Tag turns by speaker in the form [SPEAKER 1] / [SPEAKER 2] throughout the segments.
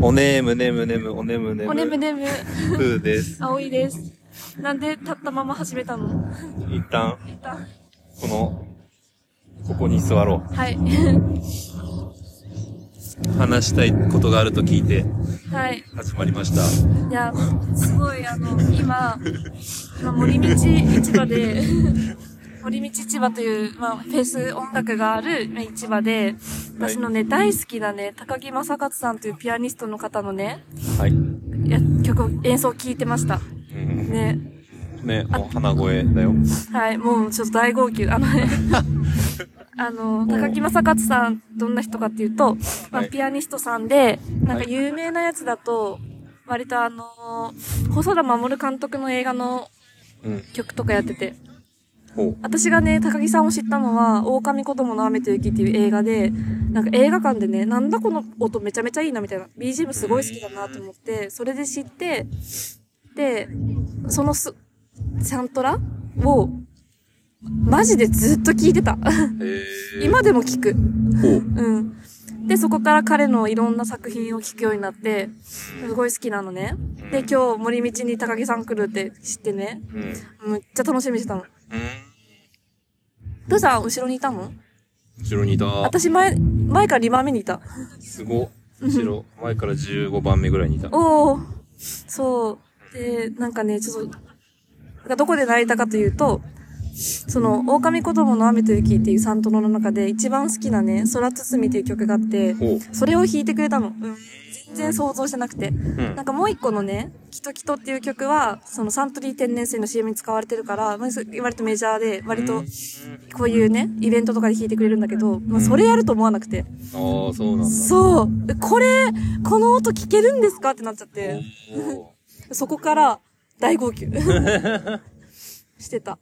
[SPEAKER 1] おねむねむねむ、おねむねむ。
[SPEAKER 2] おねむねむ、
[SPEAKER 1] ふうです。
[SPEAKER 2] 葵です。なんで立ったまま始めたの
[SPEAKER 1] 一旦、
[SPEAKER 2] 一旦
[SPEAKER 1] この、ここに座ろ
[SPEAKER 2] はい。
[SPEAKER 1] う。話したいことがあると聞いて、
[SPEAKER 2] はい。
[SPEAKER 1] 始まりました。
[SPEAKER 2] いや、すごい、あの、今、まあ、森道市場で、森道市場という、まあ、フェス音楽があるまあ市場で、
[SPEAKER 1] はい
[SPEAKER 2] 私のね、大好きなね、高木正勝さんというピアニストの方のね、
[SPEAKER 1] はい。
[SPEAKER 2] いや曲を演奏を聴いてまし
[SPEAKER 1] う
[SPEAKER 2] た。
[SPEAKER 1] ん、
[SPEAKER 2] ね。
[SPEAKER 1] ね、もう鼻声だよ。
[SPEAKER 2] はい、もうちょっと大号泣。あのね、 あの、高木正勝さん、どんな人かっていうと、まあ、
[SPEAKER 1] はい
[SPEAKER 2] ピアニストさんで、なんか
[SPEAKER 1] はい
[SPEAKER 2] 有名なやつだと、割とあの、細田守監督の映画の
[SPEAKER 1] うん。
[SPEAKER 2] 曲とかやってて、
[SPEAKER 1] ほう。
[SPEAKER 2] 私がね、高木さんを知ったのは、狼子供の雨と雪っていう映画で、なんか映画館でね、なんだこの音めちゃめちゃいいなみたいな、BGM すごい好きだなと思って、それで知って、で、そのす、サントラを、マジでずっと聞いてた。
[SPEAKER 1] えー、
[SPEAKER 2] 今でも聞く。
[SPEAKER 1] ほう。
[SPEAKER 2] うん。で、そこから彼のいろんな作品を聴くようになって、すごい好きなのね。で、今日森道に高木さん来るって知ってね、
[SPEAKER 1] うん。うん。
[SPEAKER 2] むっちゃ楽しみにしてたの。どうした後ろにいたの
[SPEAKER 1] 後ろにいた。
[SPEAKER 2] 私前、前から2番目にいた。
[SPEAKER 1] すご。後ろ、前から15番目ぐらいにいた。
[SPEAKER 2] おお。そう。で、なんかね、ちょっと、なんかどこで泣いたかというと、その、狼子供の雨と雪っていうサントノの中で一番好きなね、空包みっていう曲があって、
[SPEAKER 1] ほう。
[SPEAKER 2] それを弾いてくれたの。うん。全然想像してなくて。
[SPEAKER 1] うん
[SPEAKER 2] なん。かもう一個のね、キトキトっていう曲は、そのサントリー天然水の CM に使われてるから、まあそ割とメジャーで、割
[SPEAKER 1] う
[SPEAKER 2] と
[SPEAKER 1] ん
[SPEAKER 2] こういうね、イベントとかで弾いてくれるんだけど、まあそれやると思わなくて。
[SPEAKER 1] ああ、そうなんだ。
[SPEAKER 2] そう。えこれ、この音聞けるんですかってなっちゃって。
[SPEAKER 1] おー
[SPEAKER 2] そこから、大号泣。 してた。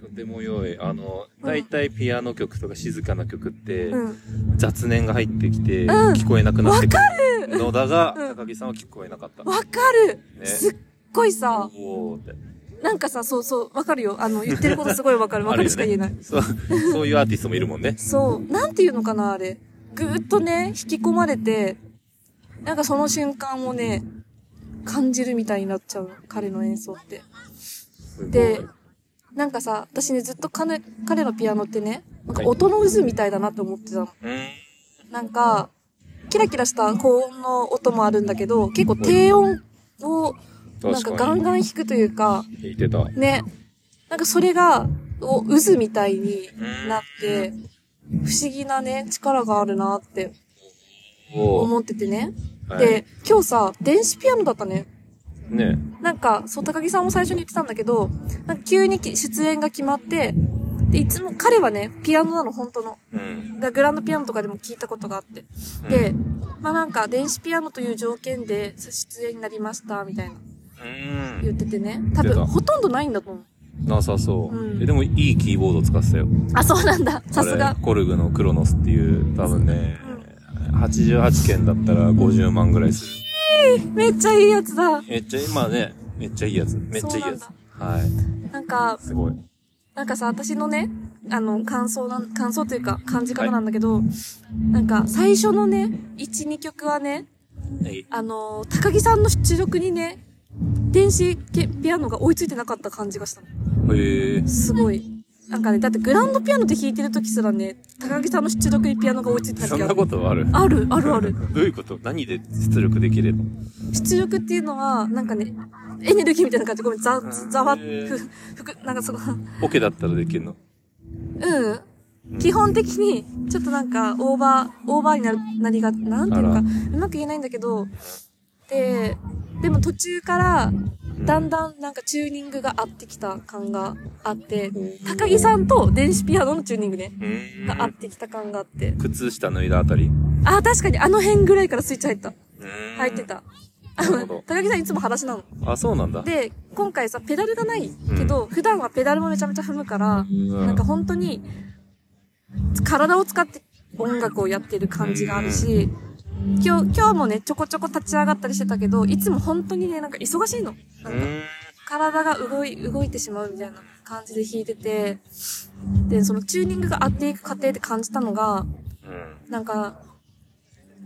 [SPEAKER 1] とても良い。あの、だいたいピアノ曲とか静かな曲って、
[SPEAKER 2] うん。
[SPEAKER 1] 雑念が入ってきて、
[SPEAKER 2] ん
[SPEAKER 1] 聞こえなくなってくるのだが、
[SPEAKER 2] うん
[SPEAKER 1] 高木さんは聞こえなかった。
[SPEAKER 2] わかる、
[SPEAKER 1] ね
[SPEAKER 2] すっごいさ、
[SPEAKER 1] おーって。
[SPEAKER 2] なんかさ、そうそう、わかるよ。あの、言ってることすごいわかる。わかるしか言えな
[SPEAKER 1] あ
[SPEAKER 2] い。
[SPEAKER 1] るよねそう、そういうアーティストもいるもんね。
[SPEAKER 2] そう。なんていうのかな、あれ。ぐーっとね、引き込まれて、なんかその瞬間をね、感じるみたいになっちゃう。彼の演奏って。
[SPEAKER 1] すごい
[SPEAKER 2] で、なんかさ、私ね、ずっと彼彼のピアノってね、なんか音の渦みたいだなって思ってたの。
[SPEAKER 1] うん。
[SPEAKER 2] なんか、キラキラした高音の音もあるんだけど、結構低音を、なんか
[SPEAKER 1] 確
[SPEAKER 2] ガ
[SPEAKER 1] か
[SPEAKER 2] ン
[SPEAKER 1] に。
[SPEAKER 2] ガン弾くというか、
[SPEAKER 1] 弾いてた。
[SPEAKER 2] ね、なんかそれが、お渦みたいになって、不思議なね、力があるなって
[SPEAKER 1] おー
[SPEAKER 2] 思っててね。
[SPEAKER 1] はい
[SPEAKER 2] で、今日さ、電子ピアノだったね。
[SPEAKER 1] ね
[SPEAKER 2] なんか、そう、高木さんも最初に言ってたんだけど、なんか急にき出演が決まって、で、いつも、彼はね、ピアノなの、本当の。
[SPEAKER 1] うん。
[SPEAKER 2] がグランドピアノとかでも聞いたことがあって。で、まあなんか、電子ピアノという条件で出演になりました、みたいな
[SPEAKER 1] うん。
[SPEAKER 2] 言っててね。
[SPEAKER 1] た
[SPEAKER 2] 多分、ほとんどないんだと思う。
[SPEAKER 1] なさそう、
[SPEAKER 2] うん
[SPEAKER 1] えでもいいキーボード使ってたよ。
[SPEAKER 2] あ、そうなんだ。さす
[SPEAKER 1] あ
[SPEAKER 2] が
[SPEAKER 1] れ。コルグのクロノスっていう、多分ね、88件だったら50万ぐらいする。
[SPEAKER 2] めっちゃいいやつだ。
[SPEAKER 1] めっちゃ今ね、めっちゃいいやつ。めっちゃいいやつ
[SPEAKER 2] そ。
[SPEAKER 1] はい。
[SPEAKER 2] なんか、
[SPEAKER 1] すごい。
[SPEAKER 2] なんかさ、私のね、あの、感想なん、感想というか、感じ方なんだけど、なんか、最初のね、1、2曲はね、
[SPEAKER 1] はい
[SPEAKER 2] あのー、高木さんの出力にね、電子けピアノが追いついてなかった感じがしたの。
[SPEAKER 1] へえ。
[SPEAKER 2] すごい。なんかね、だってグランドピアノで弾いてる時すらね、高木さんの出力にピアノが追いついてな
[SPEAKER 1] そ
[SPEAKER 2] か
[SPEAKER 1] ん
[SPEAKER 2] っ
[SPEAKER 1] な
[SPEAKER 2] た。
[SPEAKER 1] ことある
[SPEAKER 2] ある、あるある。
[SPEAKER 1] どういうこと何で出力できるの
[SPEAKER 2] 出力っていうのは、なんかね、エネルギーみたいな感じで、ごめん、ざ、ざわ、
[SPEAKER 1] へー
[SPEAKER 2] ふ、ふく、なんかそこ、
[SPEAKER 1] オケだったらできるの
[SPEAKER 2] うん。基本的に、ちょっとなんか、オーバー、オーバーになる、なりが、なんていうのか、
[SPEAKER 1] あら
[SPEAKER 2] うまく言えないんだけど、で、でも途中から、だんだんなんかチューニングが合ってきた感があって、高木さんと電子ピアノのチューニングね、
[SPEAKER 1] うん
[SPEAKER 2] が合ってきた感があって。
[SPEAKER 1] 靴下脱いだあたり。
[SPEAKER 2] あー、確かにあの辺ぐらいからスイッチ入った。
[SPEAKER 1] うん
[SPEAKER 2] 入って。た。
[SPEAKER 1] な
[SPEAKER 2] あ
[SPEAKER 1] るほ
[SPEAKER 2] の、
[SPEAKER 1] ど
[SPEAKER 2] 高木さんいつも裸足なの。
[SPEAKER 1] あ、そうなんだ。
[SPEAKER 2] で、今回さ、ペダルがないけど、普段はペダルもめちゃめちゃ踏むから、
[SPEAKER 1] ん
[SPEAKER 2] なんか本当に、体を使って音楽をやってる感じがあるし、今日、今日もね、ちょこちょこ立ち上がったりしてたけど、いつも本当にね、なんか忙しいの。な
[SPEAKER 1] うん
[SPEAKER 2] か
[SPEAKER 1] ん。
[SPEAKER 2] 体が動い、動いてしまうみたいな感じで弾いてて、で、そのチューニングが合っていく過程で感じたのが、
[SPEAKER 1] うん。
[SPEAKER 2] なんか、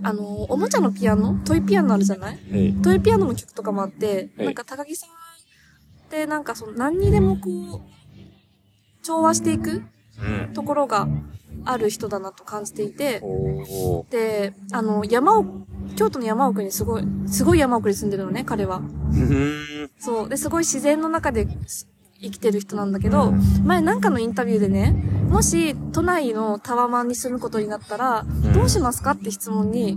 [SPEAKER 2] あの、おもちゃのピアノトイピアノあるじゃない
[SPEAKER 1] はい。
[SPEAKER 2] トイピアノの曲とかもあって、
[SPEAKER 1] はい
[SPEAKER 2] なんか高木さんってなんかその何にでもこう、調和していく
[SPEAKER 1] うん。
[SPEAKER 2] ところがある人だなと感じていて、
[SPEAKER 1] おー。
[SPEAKER 2] で、あの、山奥、京都の山奥にすごい、すごい山奥に住んでるのね、彼は。
[SPEAKER 1] うん。
[SPEAKER 2] そう。で、すごい自然の中です生きてる人なんだけど、前なんかのインタビューでね、もし都内のタワマンに住むことになったら、どうしますかって質問に、
[SPEAKER 1] う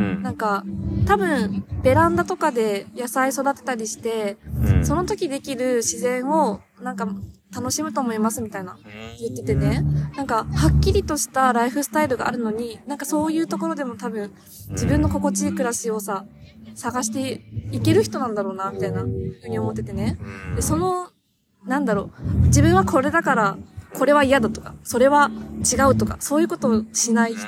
[SPEAKER 1] ん
[SPEAKER 2] なんか、多分、ベランダとかで野菜育てたりして、
[SPEAKER 1] うん。
[SPEAKER 2] その時できる自然を、なんか、楽しむと思いますみたいな。言っててね。なんか、はっきりとしたライフスタイルがあるのに、なんかそういうところでも多分、自分の心地いい暮らしをさ、探していける人なんだろうな、みたいな、ふうに思っててね。で、その、なんだろう、自分はこれだから、これは嫌だとか、それは違うとか、そういうことをしない人。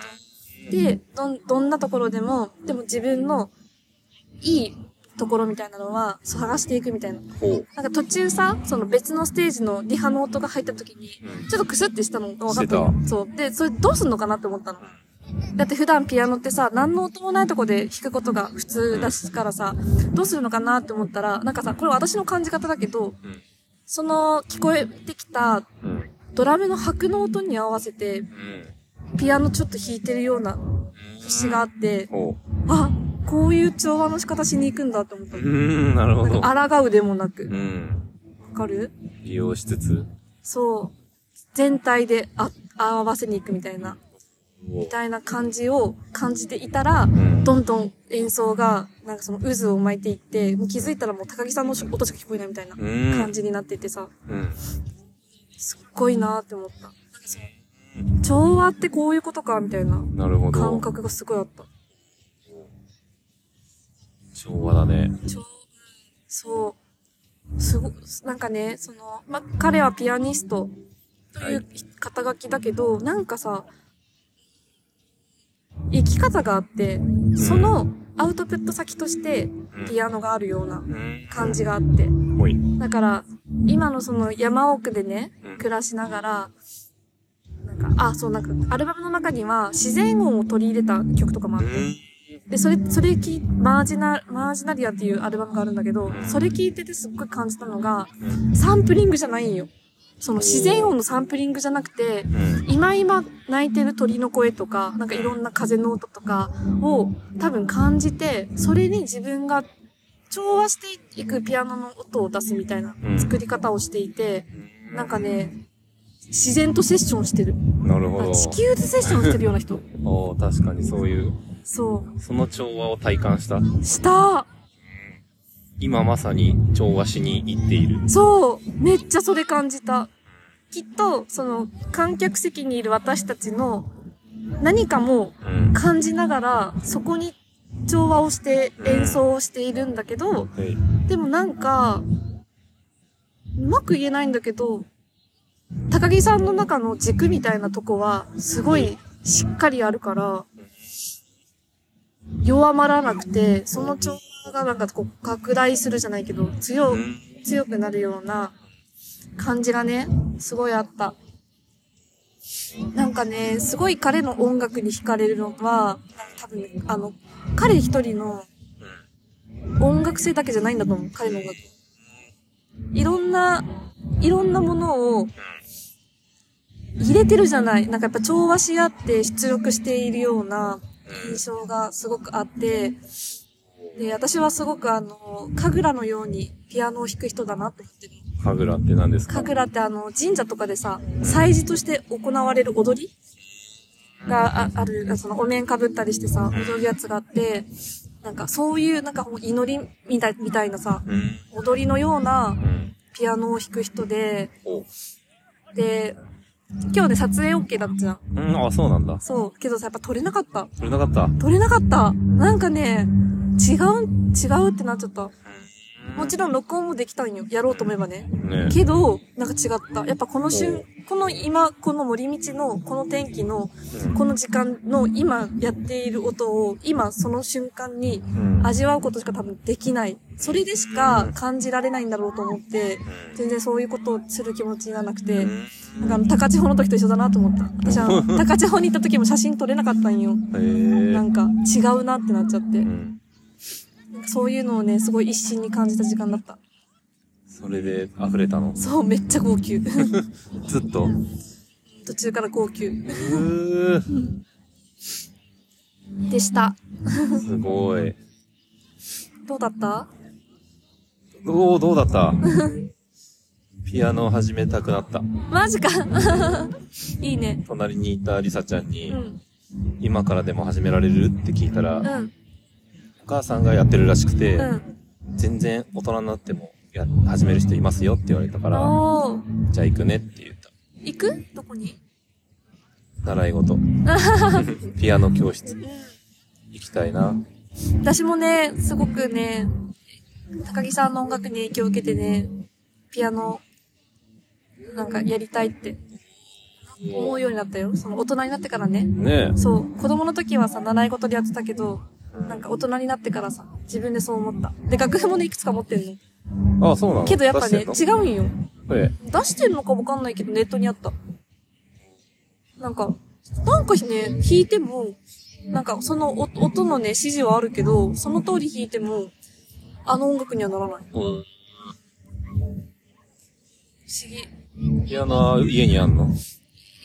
[SPEAKER 2] で、どん、どんなところでも、でも自分のいいところみたいなのは、そう探していくみたいな。
[SPEAKER 1] ほう。
[SPEAKER 2] なんか途中さ、その別のステージのリハの音が入った時に、ちょっとクスってしたのが分かった
[SPEAKER 1] して
[SPEAKER 2] の。そう。で、それどうすんのかなって思ったの。だって普段ピアノってさ、何の音もないとこで弾くことが普通だしからさ、どうするのかなって思ったら、なんかさ、これ私の感じ方だけど、
[SPEAKER 1] うん
[SPEAKER 2] その聞こえてきた
[SPEAKER 1] うん。
[SPEAKER 2] ドラムの拍の音に合わせて、
[SPEAKER 1] うん。
[SPEAKER 2] ピアノちょっと弾いてるような節があって、
[SPEAKER 1] ほ
[SPEAKER 2] あ、こういう調和の仕方しに行くんだって思った
[SPEAKER 1] う。う
[SPEAKER 2] の。
[SPEAKER 1] ん、なるほど。
[SPEAKER 2] なんか抗うでもなく。
[SPEAKER 1] うん。
[SPEAKER 2] わかる
[SPEAKER 1] 利用しつつ。
[SPEAKER 2] そう。全体であ合わせに行くみたいな、
[SPEAKER 1] お
[SPEAKER 2] みたいな感じを感じていたら、
[SPEAKER 1] ん
[SPEAKER 2] どんどん演奏が、なんかその渦を巻いていって、もう気づいたらもう高木さんの音しか聞こえないみたいな
[SPEAKER 1] うん
[SPEAKER 2] 感じになっていってさ、
[SPEAKER 1] うん。
[SPEAKER 2] すっごいなーって思った。なんかその調和ってこういうことか、みたいな
[SPEAKER 1] なるほど。
[SPEAKER 2] 感覚がすごいあった。
[SPEAKER 1] 昭和だね。
[SPEAKER 2] 超、うんそう。すご、なんかね、その、ま、彼はピアニストとい
[SPEAKER 1] は
[SPEAKER 2] う肩書きだけど、なんかさ、生き方があって、そのアウトプット先としてピアノがあるような
[SPEAKER 1] うん。
[SPEAKER 2] 感じがあって。
[SPEAKER 1] ほい。
[SPEAKER 2] だから、今のその山奥でね
[SPEAKER 1] うん、
[SPEAKER 2] 暮らしながら、なんか、あ、そう、なんか、アルバムの中には自然音を取り入れた曲とかもあ
[SPEAKER 1] う
[SPEAKER 2] って、
[SPEAKER 1] ん。
[SPEAKER 2] で、それ、それ聞い、マージナ、マージナリアっていうアルバムがあるんだけど、それ聞いててすっごい感じたのが、サンプリングじゃないんよ。その自然音のサンプリングじゃなくて、
[SPEAKER 1] うん。
[SPEAKER 2] 今今鳴いてる鳥の声とか、なんかいろんな風の音とかを多分感じて、それに自分が調和していくピアノの音を出すみたいな
[SPEAKER 1] うん
[SPEAKER 2] 作り方をしていて、なんかね、自然とセッションしてる。
[SPEAKER 1] なるほど。
[SPEAKER 2] 地球でセッションしてるような人。
[SPEAKER 1] おー確かにそういう、
[SPEAKER 2] そ
[SPEAKER 1] その調和を体感した。
[SPEAKER 2] う。した
[SPEAKER 1] 今まさに調和しに行っている。
[SPEAKER 2] そうめっちゃそれ感じた。きっと、その、観客席にいる私たちの何かも
[SPEAKER 1] うん。
[SPEAKER 2] 感じながら、そこに調和をして演奏をしているんだけど、
[SPEAKER 1] はい。
[SPEAKER 2] でもなんか、うまく言えないんだけど、高木さんの中の軸みたいなとこは、すごいしっかりあるから、弱まらなくて、その調和がなんかこう拡大するじゃないけど、強、強くなるような感じがね、すごいあった。なんかね、すごい彼の音楽に惹かれるのは、多分ね、あの、彼一人の音楽性だけじゃないんだと思う、彼の音楽。いろんな、いろんなものを入れてるじゃない。なんかやっぱ調和し合って出力しているような印象がすごくあって、で、私はすごくあの、神楽のようにピアノを弾く人だなって思ってる。
[SPEAKER 1] 神楽って何ですか
[SPEAKER 2] 神楽ってあの、神社とかでさ、祭事として行われる踊りがあある、あそのお面かぶったりしてさ、踊るやつがあって、なんかそういう、なんかもう祈りみたいみたいなさ、
[SPEAKER 1] うん。
[SPEAKER 2] 踊りのような
[SPEAKER 1] うん。
[SPEAKER 2] ピアノを弾く人で、
[SPEAKER 1] おう
[SPEAKER 2] で、今日ね、撮影 OK だったじゃん。
[SPEAKER 1] うん、あ、そうなんだ。
[SPEAKER 2] そう。けどさ、やっぱ撮れなかった。
[SPEAKER 1] それなかった。
[SPEAKER 2] 撮れなかった。なんかね、違う、違うってなっちゃった。もちろん録音もできたんよ。やろうと思えばね。
[SPEAKER 1] ね
[SPEAKER 2] けど、なんか違った。やっぱこの瞬、この今、この森道の、この天気の、
[SPEAKER 1] うん
[SPEAKER 2] この時間の今やっている音を、今その瞬間に
[SPEAKER 1] うん
[SPEAKER 2] 味わうことしか多分できない。それでしか感じられないんだろうと思って、全然そういうことをする気持ちにならなくて、なんかあの、高千穂の時と一緒だなと思った。私は、 高千穂に行った時も写真撮れなかったんよ。
[SPEAKER 1] へえ
[SPEAKER 2] なんか、違うなってなっちゃって
[SPEAKER 1] う。ん
[SPEAKER 2] なんかそういうのをね、すごい一心に感じた時間だった。
[SPEAKER 1] それで溢れたの
[SPEAKER 2] そう、めっちゃ号泣。
[SPEAKER 1] ずっと
[SPEAKER 2] 途中から号泣
[SPEAKER 1] うー
[SPEAKER 2] でした。
[SPEAKER 1] すごい
[SPEAKER 2] どうだった
[SPEAKER 1] おおどうだったピアノを始めたくなった
[SPEAKER 2] マジか いいね。
[SPEAKER 1] 隣にいたリサちゃんに、
[SPEAKER 2] うん。
[SPEAKER 1] 今からでも始められるって聞いたら、
[SPEAKER 2] う
[SPEAKER 1] お
[SPEAKER 2] ん。
[SPEAKER 1] 母さんがやってるらしくて、
[SPEAKER 2] うん。
[SPEAKER 1] 全然大人になってもや始める人いますよって言われたから、
[SPEAKER 2] おー。
[SPEAKER 1] じゃあ行くねって言った。
[SPEAKER 2] 行くどこに
[SPEAKER 1] 習い事。ピアノ教室。行きたいな。
[SPEAKER 2] 私もね、すごくね、高木さんの音楽に影響を受けてね、ピアノ、なんかやりたいって思うようになったよ。その大人になってからね。
[SPEAKER 1] ね
[SPEAKER 2] そう、子供の時はさ、習い事でやってたけど、なんか大人になってからさ、自分でそう思った。で、楽譜もね、いくつか持ってんの。
[SPEAKER 1] え。あ、そうなの
[SPEAKER 2] けどやっぱね、
[SPEAKER 1] 出し
[SPEAKER 2] 違うんよ。
[SPEAKER 1] てんのえ
[SPEAKER 2] 出してんのかわかんないけど、ネットにあった。なんか、なんかね、弾いても、なんかその音音のね、指示はあるけど、その通り弾いても、あの音楽にはならない。
[SPEAKER 1] えうん
[SPEAKER 2] 不思議。
[SPEAKER 1] ピアノは家にあんの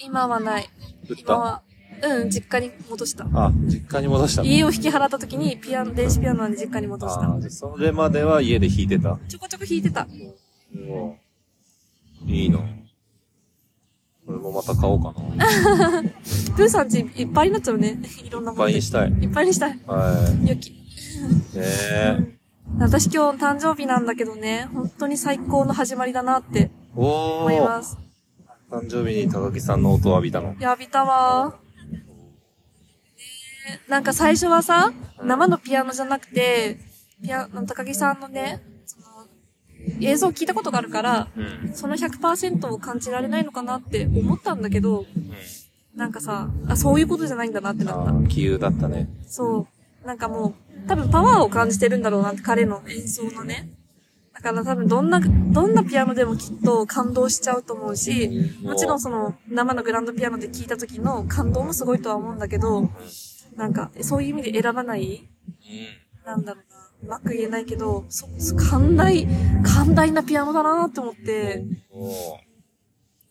[SPEAKER 2] 今はない。
[SPEAKER 1] 売った
[SPEAKER 2] 今は、うん、実家に戻した。
[SPEAKER 1] あ、実家に戻したの
[SPEAKER 2] 家を引き払った時に、ピアノ、電子ピアノで実家に戻し
[SPEAKER 1] あ
[SPEAKER 2] た。
[SPEAKER 1] ーそれまでは家で弾いてた。
[SPEAKER 2] ちょこちょこ弾いてた。
[SPEAKER 1] いいな。これもまた買おうかな。い
[SPEAKER 2] プーさんちいっぱいになっちゃうね。 いろんな
[SPEAKER 1] っ
[SPEAKER 2] も
[SPEAKER 1] ぱ
[SPEAKER 2] ん
[SPEAKER 1] いに
[SPEAKER 2] で。い
[SPEAKER 1] したい。
[SPEAKER 2] っぱいにしたい。
[SPEAKER 1] は
[SPEAKER 2] よき。
[SPEAKER 1] い。ねえ。
[SPEAKER 2] 私今日誕生日なんだけどね、本当に最高の始まりだなって
[SPEAKER 1] お
[SPEAKER 2] 思い
[SPEAKER 1] ー
[SPEAKER 2] ま。す。
[SPEAKER 1] 誕生日に高木さんの音を浴びたの。
[SPEAKER 2] いや、浴びたわー。ねなんか最初はさ、生のピアノじゃなくて、ピアノ、高木さんのね、その、映像を聞いたことがあるから、
[SPEAKER 1] うん。
[SPEAKER 2] その100%を感じられないのかなって思ったんだけど、なんかさ、あ、そういうことじゃないんだなってなった
[SPEAKER 1] あ。あ、気憂だったね。
[SPEAKER 2] そう。なんかもう、多分パワーを感じてるんだろうなって、彼の演奏のね。だから多分どんな、どんなピアノでもきっと感動しちゃうと思うし、もちろんその生のグランドピアノで聴いた時の感動もすごいとは思うんだけど、なんかそういう意味で選ばないなんだろうな。うまく言えないけど、そ、そ寛大、寛大なピアノだなって思って、
[SPEAKER 1] うん。おー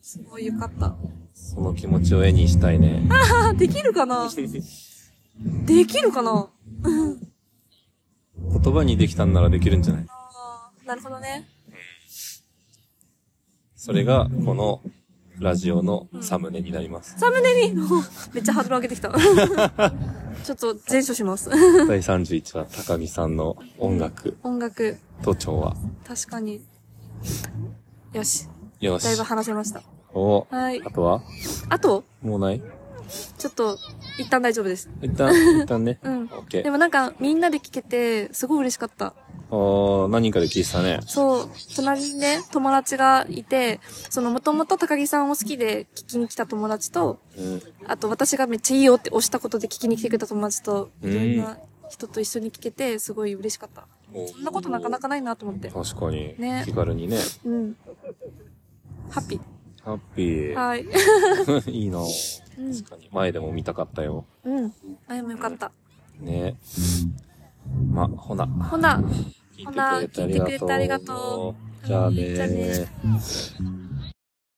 [SPEAKER 2] すごいよかった。
[SPEAKER 1] その気持ちを絵にしたいね。
[SPEAKER 2] あ、できるかなできるかな
[SPEAKER 1] 言葉にできたんならできるんじゃない
[SPEAKER 2] あーなるほどね。
[SPEAKER 1] それが、この、ラジオのサムネになります。
[SPEAKER 2] サムネに、めっちゃハードル上げてきた。ちょっと前処します。
[SPEAKER 1] 第31話、高木さんの音楽
[SPEAKER 2] 音楽、
[SPEAKER 1] と調和。
[SPEAKER 2] 確かに。よし。
[SPEAKER 1] よ
[SPEAKER 2] だい
[SPEAKER 1] し
[SPEAKER 2] ぶ。話せました。
[SPEAKER 1] おー
[SPEAKER 2] はい
[SPEAKER 1] あとは
[SPEAKER 2] あと、
[SPEAKER 1] もうない
[SPEAKER 2] ちょっと、一旦大丈夫です。
[SPEAKER 1] 一 旦、一旦ね。
[SPEAKER 2] うん。
[SPEAKER 1] オッケ
[SPEAKER 2] で
[SPEAKER 1] ー。
[SPEAKER 2] もなんか、みんなで聞けて、すごい嬉しかった。
[SPEAKER 1] おー、何人かで聞いてたね。
[SPEAKER 2] そう、隣にね、友達がいて、その、もともと高木さんを好きで聞きに来た友達と、
[SPEAKER 1] うん。
[SPEAKER 2] あと私がめっちゃいいよって押したことで聞きに来てくれた友達と、
[SPEAKER 1] うん
[SPEAKER 2] いろんな人と一緒に聞けて、すごい嬉しかった。そんなことなかなかないなと思って。
[SPEAKER 1] 確かに。
[SPEAKER 2] ね
[SPEAKER 1] 気軽にね。
[SPEAKER 2] うん。ハッピ
[SPEAKER 1] ハッピー
[SPEAKER 2] ー。。はい。
[SPEAKER 1] いいなぁ
[SPEAKER 2] うん
[SPEAKER 1] 確かに。前でも見たかったよ。
[SPEAKER 2] うん。あ、でもよかった。
[SPEAKER 1] ねま、ほな。
[SPEAKER 2] ほな。
[SPEAKER 1] 聞いてくれてありがとう。
[SPEAKER 2] ほな聞いてくれてありがと
[SPEAKER 1] じゃあね
[SPEAKER 2] じゃあね